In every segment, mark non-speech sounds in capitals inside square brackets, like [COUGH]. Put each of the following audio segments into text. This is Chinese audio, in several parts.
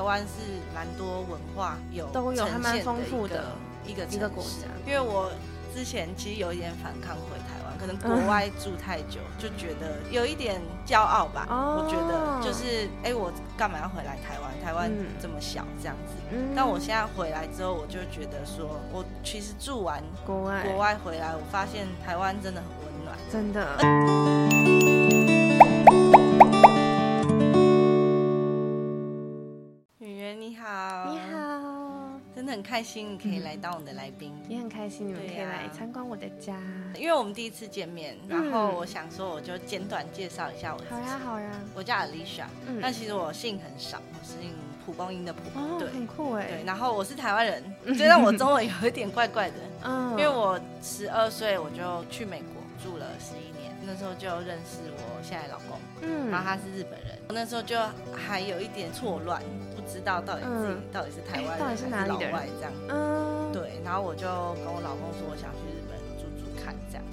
湾是蛮多文化有都有呈还蛮现丰富的的一个一个一个城国市家因为我之前其实有一点反抗回台湾，嗯可能国外住太久，就觉得有一点骄傲吧。哦我觉得就是，哎、我干嘛要回来台湾？台湾嗯这么小这样子。嗯但我现在回来之后，我就觉得说，我其实住完国外国外回来，我发现台湾真的很温暖。真的。雨媛你好，你，好，真的很开心你可以嗯来当我们的来宾。也很开心你们对可以呀来参观我的家。因为我们第一次见面，然后我想说，我就简短介绍一下我自己。嗯好呀好呀，我叫 Alicia，嗯但其实我姓很少，我是姓蒲公英的蒲，哦，对很酷对。哎，然后我是台湾人，虽然我中文有一点怪怪的， [LAUGHS] 嗯，因为我十二岁我就去美国住了十一年，那时候就认识我现在老公，然后嗯，他是日本人，我那时候就还有一点错乱，不知道到底自己到底是台湾人嗯到还底是哪是里老的人外这样。嗯，对，然后我就跟我老公说，我想去日本住住看这样。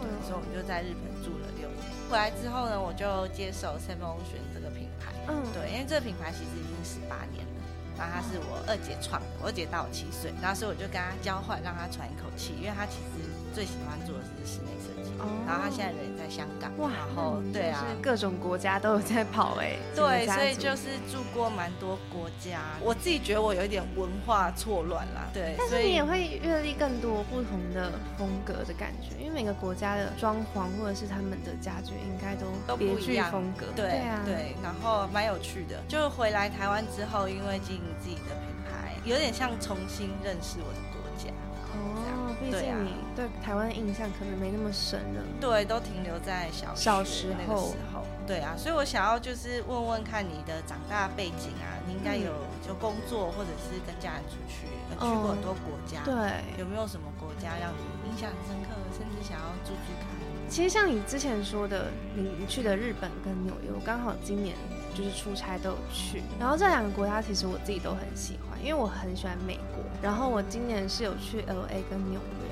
对，所以我哦，们就在日本住了六年。回来之后呢，我就接手 s e v e Ocean 这个品牌。嗯，对，因为这个品牌其实已经十八年了，然后它是我二姐创的，我二姐大我七岁，然后所以我就跟她交换，让她喘一口气，因为她其实最喜欢做的是室内设计。哦然后她现在人也在香港，哇然后对啊，就是各种国家都有在跑哎，整个对，家所以族就是住过蛮多国家，我自己觉得我有一点文化错乱啦，对，但所是以你也会阅历更多不同的风格的感觉，因为每个国家的装潢或者是他们的家具应该都都不别一具样风格。对啊，，对，然后蛮有趣的。就回来台湾之后，因为经营自己的品牌，有点像重新认识我的国家，哦，毕对啊竟你对台湾的印象可能没那么深了。对，都停留在小小学时那个候时候。对啊，所以我想要就是问问看你的长大背景啊，你应该有嗯就工作或者是跟家人出去，呃去过很多国家，哦对，有没有什么国家让你印象很深刻，甚至想要住住看？其实像你之前说的，你你去的日本跟纽约，我刚好今年就是出差都有去。然后这两个国家其实我自己都很喜欢，因为我很喜欢美国。然后我今年是有去 L A 跟纽约，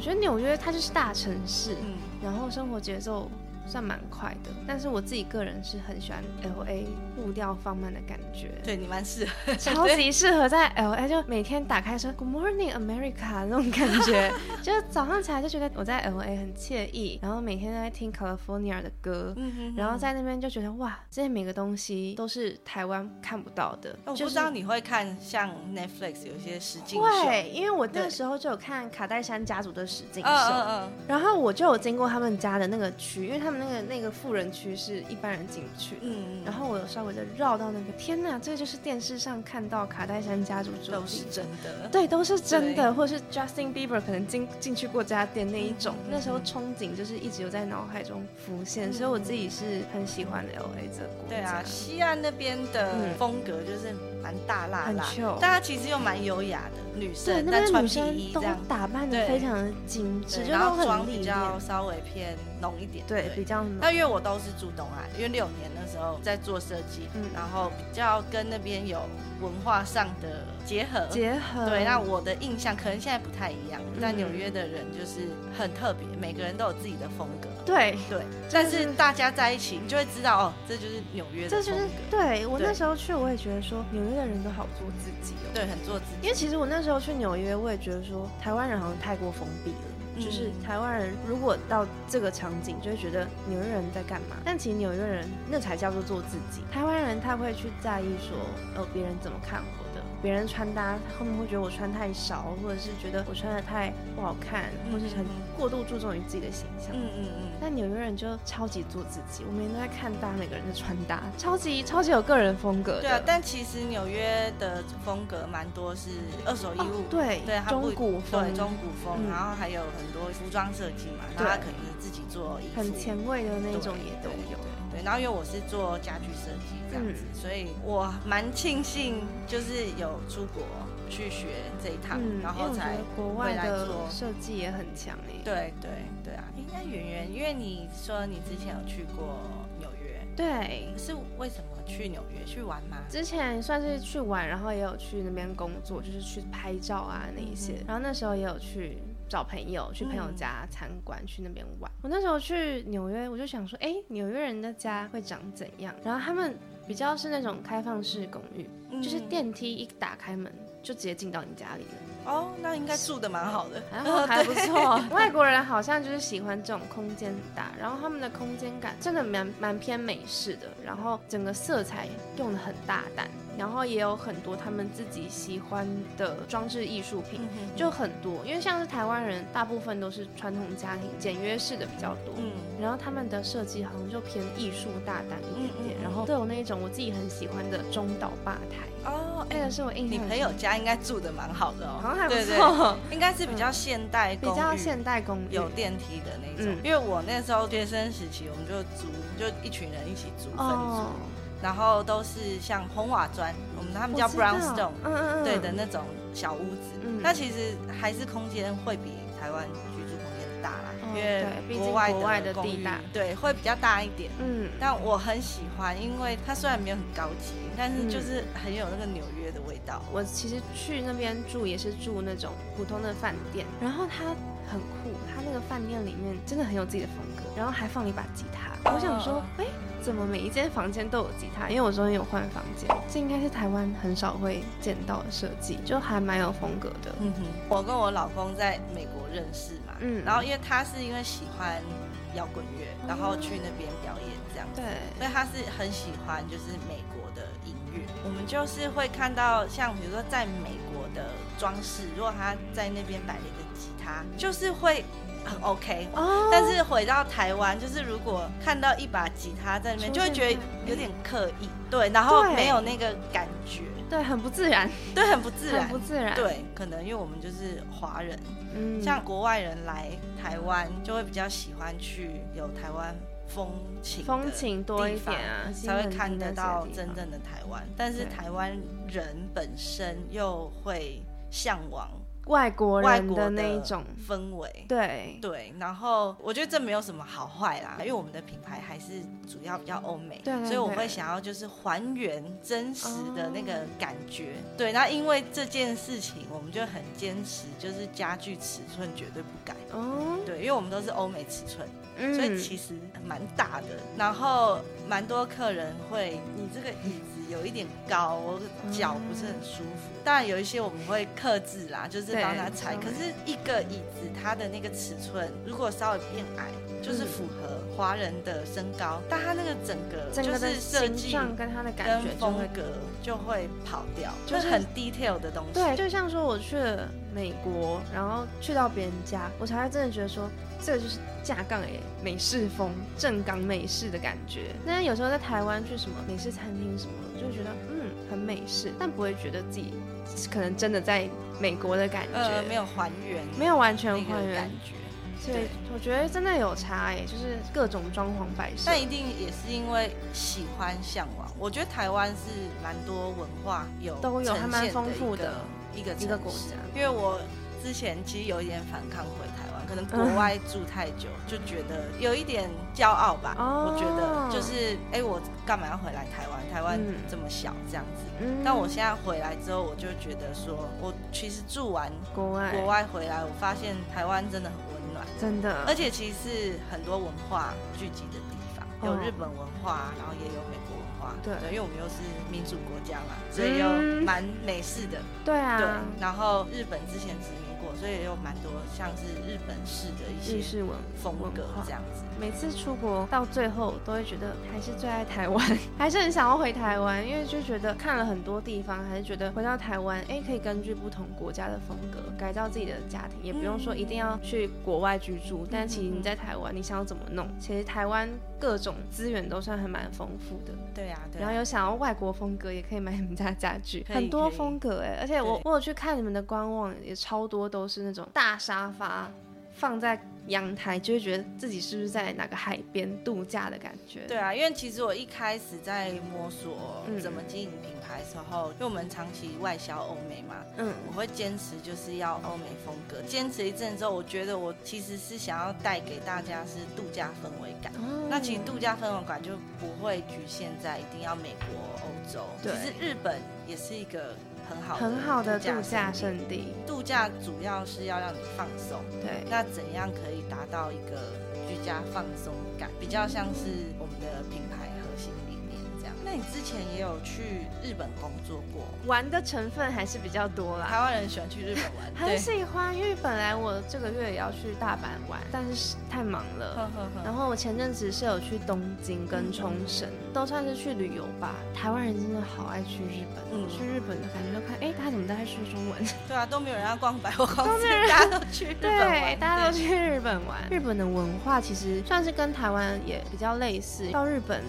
嗯觉得纽约它就是大城市，嗯，然后生活节奏算蛮快的。但是我自己个人是很喜欢 L A 步调放慢的感觉。对你蛮适合。超级适合在 L A，就每天打开说 Good Morning America 那种 [LAUGHS] 感觉，就是早上起来就觉得我在 L A 很惬意，然后每天都在听 California 的歌。嗯哼哼然后在那边就觉得哇，这些每个东西都是台湾看不到的。哦我不就是知道你会看像 Netflix 有一些实境秀，会，因为我那对时候就有看卡戴珊家族的实景秀，嗯嗯然后我就有经过他们家的那个区，因为他们那个那个富人区是一般人进不去的。嗯，然后我有稍微的绕到那个，天哪，这就是电视上看到卡戴珊家族住的都地是方真的，对，都是真对的，或者是 Justin Bieber 可能进进去过这家店那一种，嗯那时候憧憬就是一直有在脑海中浮现，嗯所以我自己是很喜欢 L A 这个国家。对啊，西岸那边的嗯风格就是蛮大辣很辣， chill 但它其实又蛮优雅的，女对生那但边穿女皮生衣都这样，打扮的对非常的精致，对就然都后妆很比厉较害。稍微偏浓一点，对，比较浓那因为我都是住东岸，因为六年的时候在做设计，嗯然后比较跟那边有文化上的结合，结合。对，那我的印象可能现在不太一样，嗯但纽约的人就是很特别，每个人都有自己的风格。对，对，但真的是是大家在一起，你就会知道哦，这就是纽约这的就风是格，对我对那时候去，我也觉得说纽约的人都好做自己哦。对，很做自己。因为其实我那时候去纽约，我也觉得说台湾人好像太过封闭了，嗯就是台湾人如果到这个场景，就会觉得纽约人在干嘛？但其实纽约人那才叫做做自己，台湾人他会去在意说，呃，别人怎么看我的。别人穿搭，后面会觉得我穿太少，或者是觉得我穿的太不好看，或是很过度注重于自己的形象。嗯嗯嗯，但纽约人就超级做自己，我每天都在看大家每个人的穿搭，超级超级有个人风格的。对啊，但其实纽约的风格蛮多是二手衣哦物，对对，它不中古风，对中古风，嗯然后还有很多服装设计嘛，然对后他可能是自己做衣服，很前卫的那种也都对有。对，然后因为我是做家具设计这样子，嗯所以我蛮庆幸就是有出国去学这一趟，嗯，然因后为我觉才得国外回来的做设计也很强诶。对对对啊。诶那圆圆，因为你说你之前有去过纽约，对，是为什么去纽约去玩吗？之前算是去玩，然后也有去那边工作，就是去拍照啊那一些嗯。然后那时候也有去找朋友，去朋友家参观，去那边玩。我那时候去纽约，我就想说，哎，纽约人的家会长怎样？然后他们。比较是那种开放式公寓，嗯就是电梯一打开门就直接进到你家里了，哦，那应该住的蛮好的，然后还不错。哦 [LAUGHS] 外国人好像就是喜欢这种空间大，然后他们的空间感真的蛮蛮偏美式的，然后整个色彩用的很大胆，然后也有很多他们自己喜欢的装置艺术品。嗯哼就很多，因为像是台湾人，大部分都是传统家庭简约式的比较多，嗯然后他们的设计好像就偏艺术大胆一点嗯点，嗯嗯然后都有那一种我自己很喜欢的中岛吧台，哦，哎、那个是我印你象朋很友家应该住的蛮好的哦，好像还不对对错，嗯应该是比较现代公寓，比较现代公寓有电梯的那种嗯。因为我那时候学生时期，我们就租，就一群人一起租分租哦，，然后都是像红瓦砖，我们他们叫我知道 brownstone，嗯嗯嗯，对的那种小屋子。嗯那其实还是空间会比台湾居住空间大啦，哦因为对毕竟国外国外的公地寓大对会比较大一点。嗯，但我很喜欢，因为它虽然没有很高级，但是就是嗯很有那个纽约的味道。我其实去那边住也是住那种普通的饭店，然后它很酷，它那个饭店里面真的很有自己的风格，然后还放了一把吉哦他。我想说，哎、怎么每一间房间都有吉他？因为我昨天有换房间，这应该是台湾很少会见到的设计，就还蛮有风格的。嗯哼，我跟我老公在美国认识嘛，嗯然后因为他是因为喜欢摇滚乐，然后去那边表演这样子，对，所以他是很喜欢就是美国的音乐。我们就是会看到像比如说在美国的装饰，如果他在那边摆了一个吉他，就是会很 OK。哦但是回到台湾，就是如果看到一把吉他在那边，出就会现觉得在有点刻意，对，然后对没有那个感觉，对，很不自然，对，很不自然很不。自然。，对，可能因为我们就是华人，嗯像国外人来台湾，就会比较喜欢去有台湾风情的风情多一地方点啊，西才门会町看得那些到地真方正的台湾。但是对台湾人本身又会向往外国外人国的那一种，氛围。对，对，然后我觉得这没有什么好坏啦，因为我们的品牌还是主要比较欧美，对对所以我对哦会想要就是还原真实的那个感觉。对，那因为这件事情，我们就很坚持，就是家具尺寸绝对不改。哦，对，因为我们都是欧美尺寸，嗯所以其实蛮大的。然后蛮多客人会，你这个椅子有一点高，我嗯脚不是很舒服。当然有一些我们会克制啦，就是帮他裁。可对是一个椅子它的那个尺寸，如果稍微变矮，就是嗯符合华人的身高，但它那个整个整就个的是设形计状跟它的感跟觉就风会。格就会跑掉，就就是是很 detail 的东西。对，就像说我去了美国，然后去到别人家，我才会真的觉得说，这个就是架杠诶，美式风，正港美式的感觉。那有时候在台湾去什么美式餐厅什么的，就会觉得嗯很美式，但不会觉得自己可能真的在美国的感觉，呃，没有还原，没有完全那还个感原。觉。所以对我觉得真的有差诶，就是各种装潢摆设那。一定也是因为喜欢向往。我觉得台湾是蛮多文化有都有呈还蛮现丰富的一个一个城国市家因为我之前其实有一点反抗回台湾，可嗯能国外住太久，就觉得有一点骄傲吧。哦我觉得就是哎、我干嘛要回来台湾？台湾嗯这么小这样子。嗯但我现在回来之后，我就觉得说，我其实住完国外国外回来，我发现台湾真的很温暖。真的，而且其实是很多文化聚集的地方，有哦日本文化，然后也有美国文化。对因为我们又是民主国家嘛，所以又嗯蛮美式的。对啊，对，然后日本之前殖民过，所以也有蛮多像是日本式的一些日式文风格文化这样子。每次出国到最后，都会觉得还是最爱台湾， [LAUGHS] 还是很想要回台湾，因为就觉得看了很多地方，还是觉得回到台湾，哎，可以根据不同国家的风格改造自己的家庭，也不用说嗯一定要去国外居住。但其实你在台湾，你想要怎么弄，其实台湾各种资源都算还蛮丰富的。对啊，对然啊后。有想要外国风格，也可以买你们家的家具，可以很多可以风格哎、而且我对我有去看你们的官网，也超多都是那种大沙发放在阳台，就会觉得自己是不是在哪个海边度假的感觉。对啊，因为其实我一开始在摸索嗯怎么经营品牌的时候，因为我们长期外销欧美嘛，嗯，我会坚持就是要欧美风格，坚持一阵之后，我觉得我其实是想要带给大家是度假氛围感。哦那其实度假氛围感就不会局限在一定要美国、欧洲，其对实日本也是一个很好的嗯很好的度假胜胜地。地，度假主要是要让你放松，对，那怎样可以达到一个居家放松感？比较像是我们的品牌核心理念这样。那你之前也有去日本工作 [LAUGHS] 过？玩的成分还是比较多啦。台湾人喜欢去日本玩，很对，喜欢，因为本来我这个月也要去大阪玩，但是太忙呵了。呵然呵，后我前阵子是有去东京跟冲绳，都算是去旅游吧。台湾人真的好爱去日本，嗯去日本的感觉就看，哎，他怎么都在说中 [LAUGHS] 文？对啊，都没有人要逛百货公都司没有，人大家都去日本对，玩，大家都对去日本玩。日本的文化其实算是跟台湾也比较类似，到日本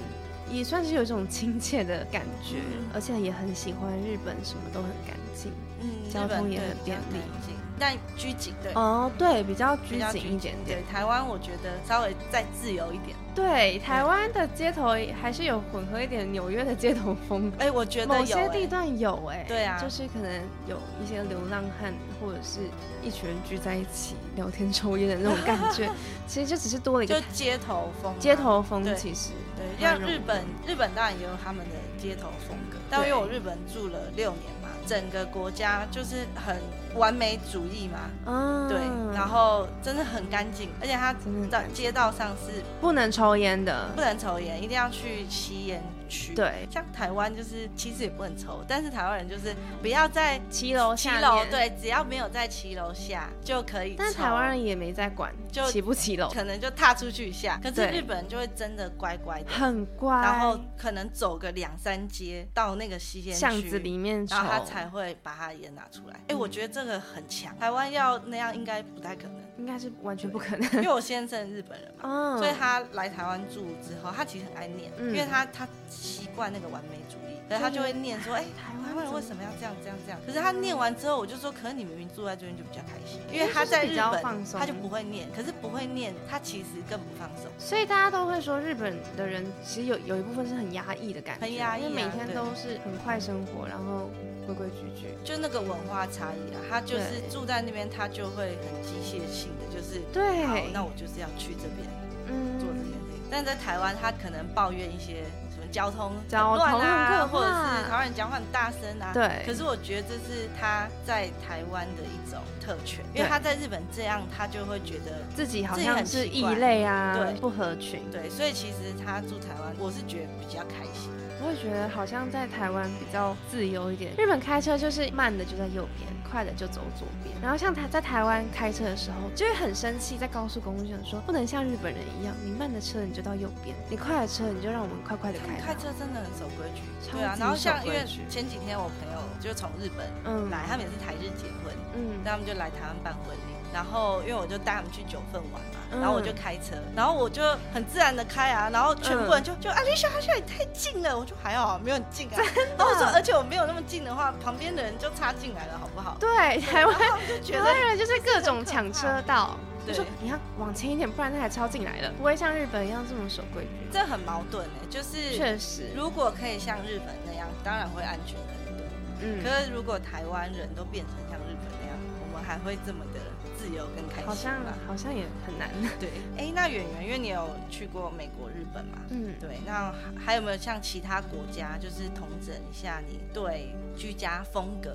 也算是有一种亲切的感觉，嗯而且也很喜欢日本，什么都很干净。嗯，交日本通也对很比较便利干净，但拘谨对。哦，对，比较拘比较谨一点点对。台湾，我觉得稍微再自由一点。对，台湾的街头还是有混合一点纽约的街头风，哎、我觉得有、某些哎地段有哎、对啊就是可能有一些流浪汉或者是一群人聚在一起聊天抽烟的那种感 [LAUGHS] 觉，其实就只是多了一就个街头风啊、街头风对，其实对，蛮像容易日本，日本当然也有他们的街头风格，但因为我日本住了六年嘛，整个国家就是很完美主义嘛，嗯，对，然后真的很干净，而且它真的很在干街道上是不能抽烟的不，能抽烟，一定要去吸烟区。，对，像台湾就是其实也不能抽，但是台湾人就是不要在骑楼七下面楼，，对，只要没有在七楼下就可以抽。但是台湾人也没在管就骑不骑楼，可能就踏出去一下，可是对日本人就会真的乖乖的。很乖，然后可能走个两三街到那个吸烟区巷子里面抽，嗯然后他才会把他的烟拿出来。哎、我觉得这个很强，台湾要那样应该不太可能，应该是完全不可能，因为我先生日本人嘛，嗯，所以他来台湾住之后，他其实很爱念，因嗯为他他习惯那个完美主义，可是他就会念说，哎、台台湾湾人人为为什什么么要这样这样这样？可是他念完之后，我就说，可是你明明住在这边就比较开心，因为他在就是比日较本放松他就不会念，可是不会念，他其实更不放松。所以大家都会说，日本的人其实有有一部分是很压抑的感觉，很压抑啊因为每天都是很快生活，然后规规矩矩。就那个文化差异啦，他就是对住在那边，他就会很机械性的，就是对，好，那我就是要去这边嗯做这件事情。但在台湾，他可能抱怨一些什么交通交通很乱啊，很可或者怕是台湾人讲话很大声啊。。对，可是我觉得这是他在台湾的一种特权，因为对他在日本这样，他就会觉得自己好自己像很是奇异怪类啊，对不合群。对，所以其实他住台湾，我是觉得比较开心。我也觉得好像在台湾比较自由一点，日本开车就是慢的就在右边，快的就走左边。然后像他在台湾开车的时候，就会很生气，在高速公路上说不能像日本人一样，你慢的车你就到右边，你快的车你就让我们快快的他开们到。开车真的很守规矩，超对啊。级然后像守因规为矩前几天我朋友就从日本嗯来，他们也是台日结婚，嗯，那他们就来台湾办婚礼，然后因为我就带他们去九份玩嘛，嗯然后我就开车，然后我就很自然的开啊，然后全部人就、嗯就啊，丽莎，丽莎你太近了，我就还好，没有很近啊。然后我说，而且我没有那么近的话，旁边的人就插进来了，好不好？对，台湾然后我就觉台得湾人就是各种抢车道，就对说你要往前一点，不然他还超进来了，不会像日本一样这么守规矩。这很矛盾哎、就是确实，如果可以像日本那样，当然会安全很多。嗯，可是如果台湾人都变成像日本那样，我们还会这么的自由跟开心好像吗？好像也很 [LAUGHS] 难。对，哎，那圆圆，因为你有去过美国、日本嘛？嗯，对，那还还有没有像其他国家，就是统整一下你对居家风格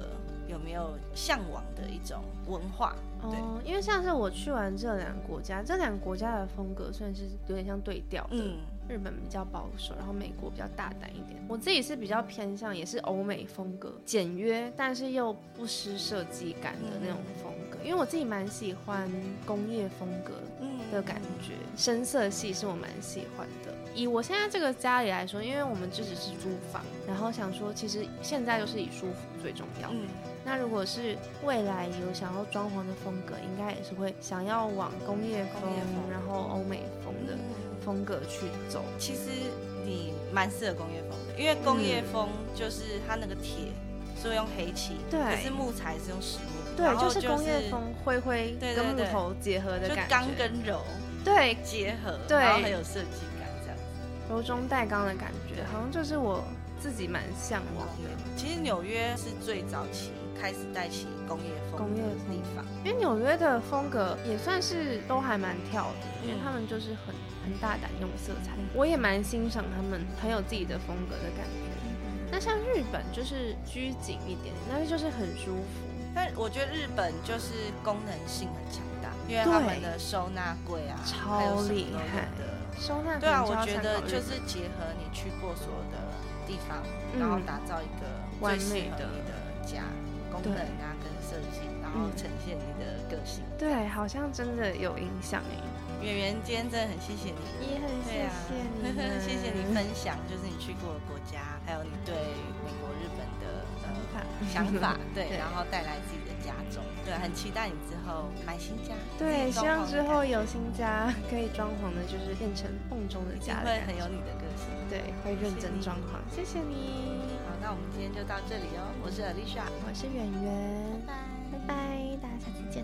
有没有向往的一种文化？哦，因为像是我去完这两个国家，这两个国家的风格算是有点像对调的。嗯，日本比较保守，然后美国比较大胆一点。我自己是比较偏向也是欧美风格，简约但是又不失设计感的那种风格，因为我自己蛮喜欢工业风格嗯的感觉，深色系是我蛮喜欢的。以我现在这个家里来说，因为我们就只是租房，然后想说，其实现在就是以舒服最重要。嗯，那如果是未来有想要装潢的风格，应该也是会想要往工业风，工业风然后欧美风的风格去走。嗯其实你蛮适合工业风的，因为工业嗯风就是它那个铁是用黑漆，对可是木材是用实木，对然，后就就是工业风，灰灰对对跟木对头结合的就感觉，刚跟柔对结合，对然后很有设计感这样。柔中带刚的感觉，好像就是我自己蛮向往的。其实纽约是最早期开始带起工业风工的业地方，因为纽约的风格也算是都还蛮跳的，嗯因为他们就是很很大胆用色彩，我也蛮欣赏他们很有自己的风格的感觉。那像日本就是拘谨一点，但是就是很舒服。但我觉得日本就是功能性很强大，因为他们的收纳柜啊，超还有什么都有厉害的。收纳对啊，可我能觉要参考得日就是结合你去过所有的地方，嗯然后打造一个最适合完美的你的家功能啊跟设计，然后呈现你的个性。嗯对，好像真的有影响哎，圆圆今天真的很谢谢你，也很对啊， [LAUGHS] 们谢谢你分享，就是你去过的国家，还有你对美国、日本的呃法 [LAUGHS] 想 [LAUGHS] 法，对，对然后带来自己的家中，对，很期待你之后买新家，对，自己装希望潢的之后感觉有新家可以装潢的，就是变成梦中的一定家的会感很有觉你的个性。对，会认谢真你装潢。谢谢你，好，那我们今天就到这里哦，我是 Alicia，我是圆圆拜，拜拜。拜，大家下次见。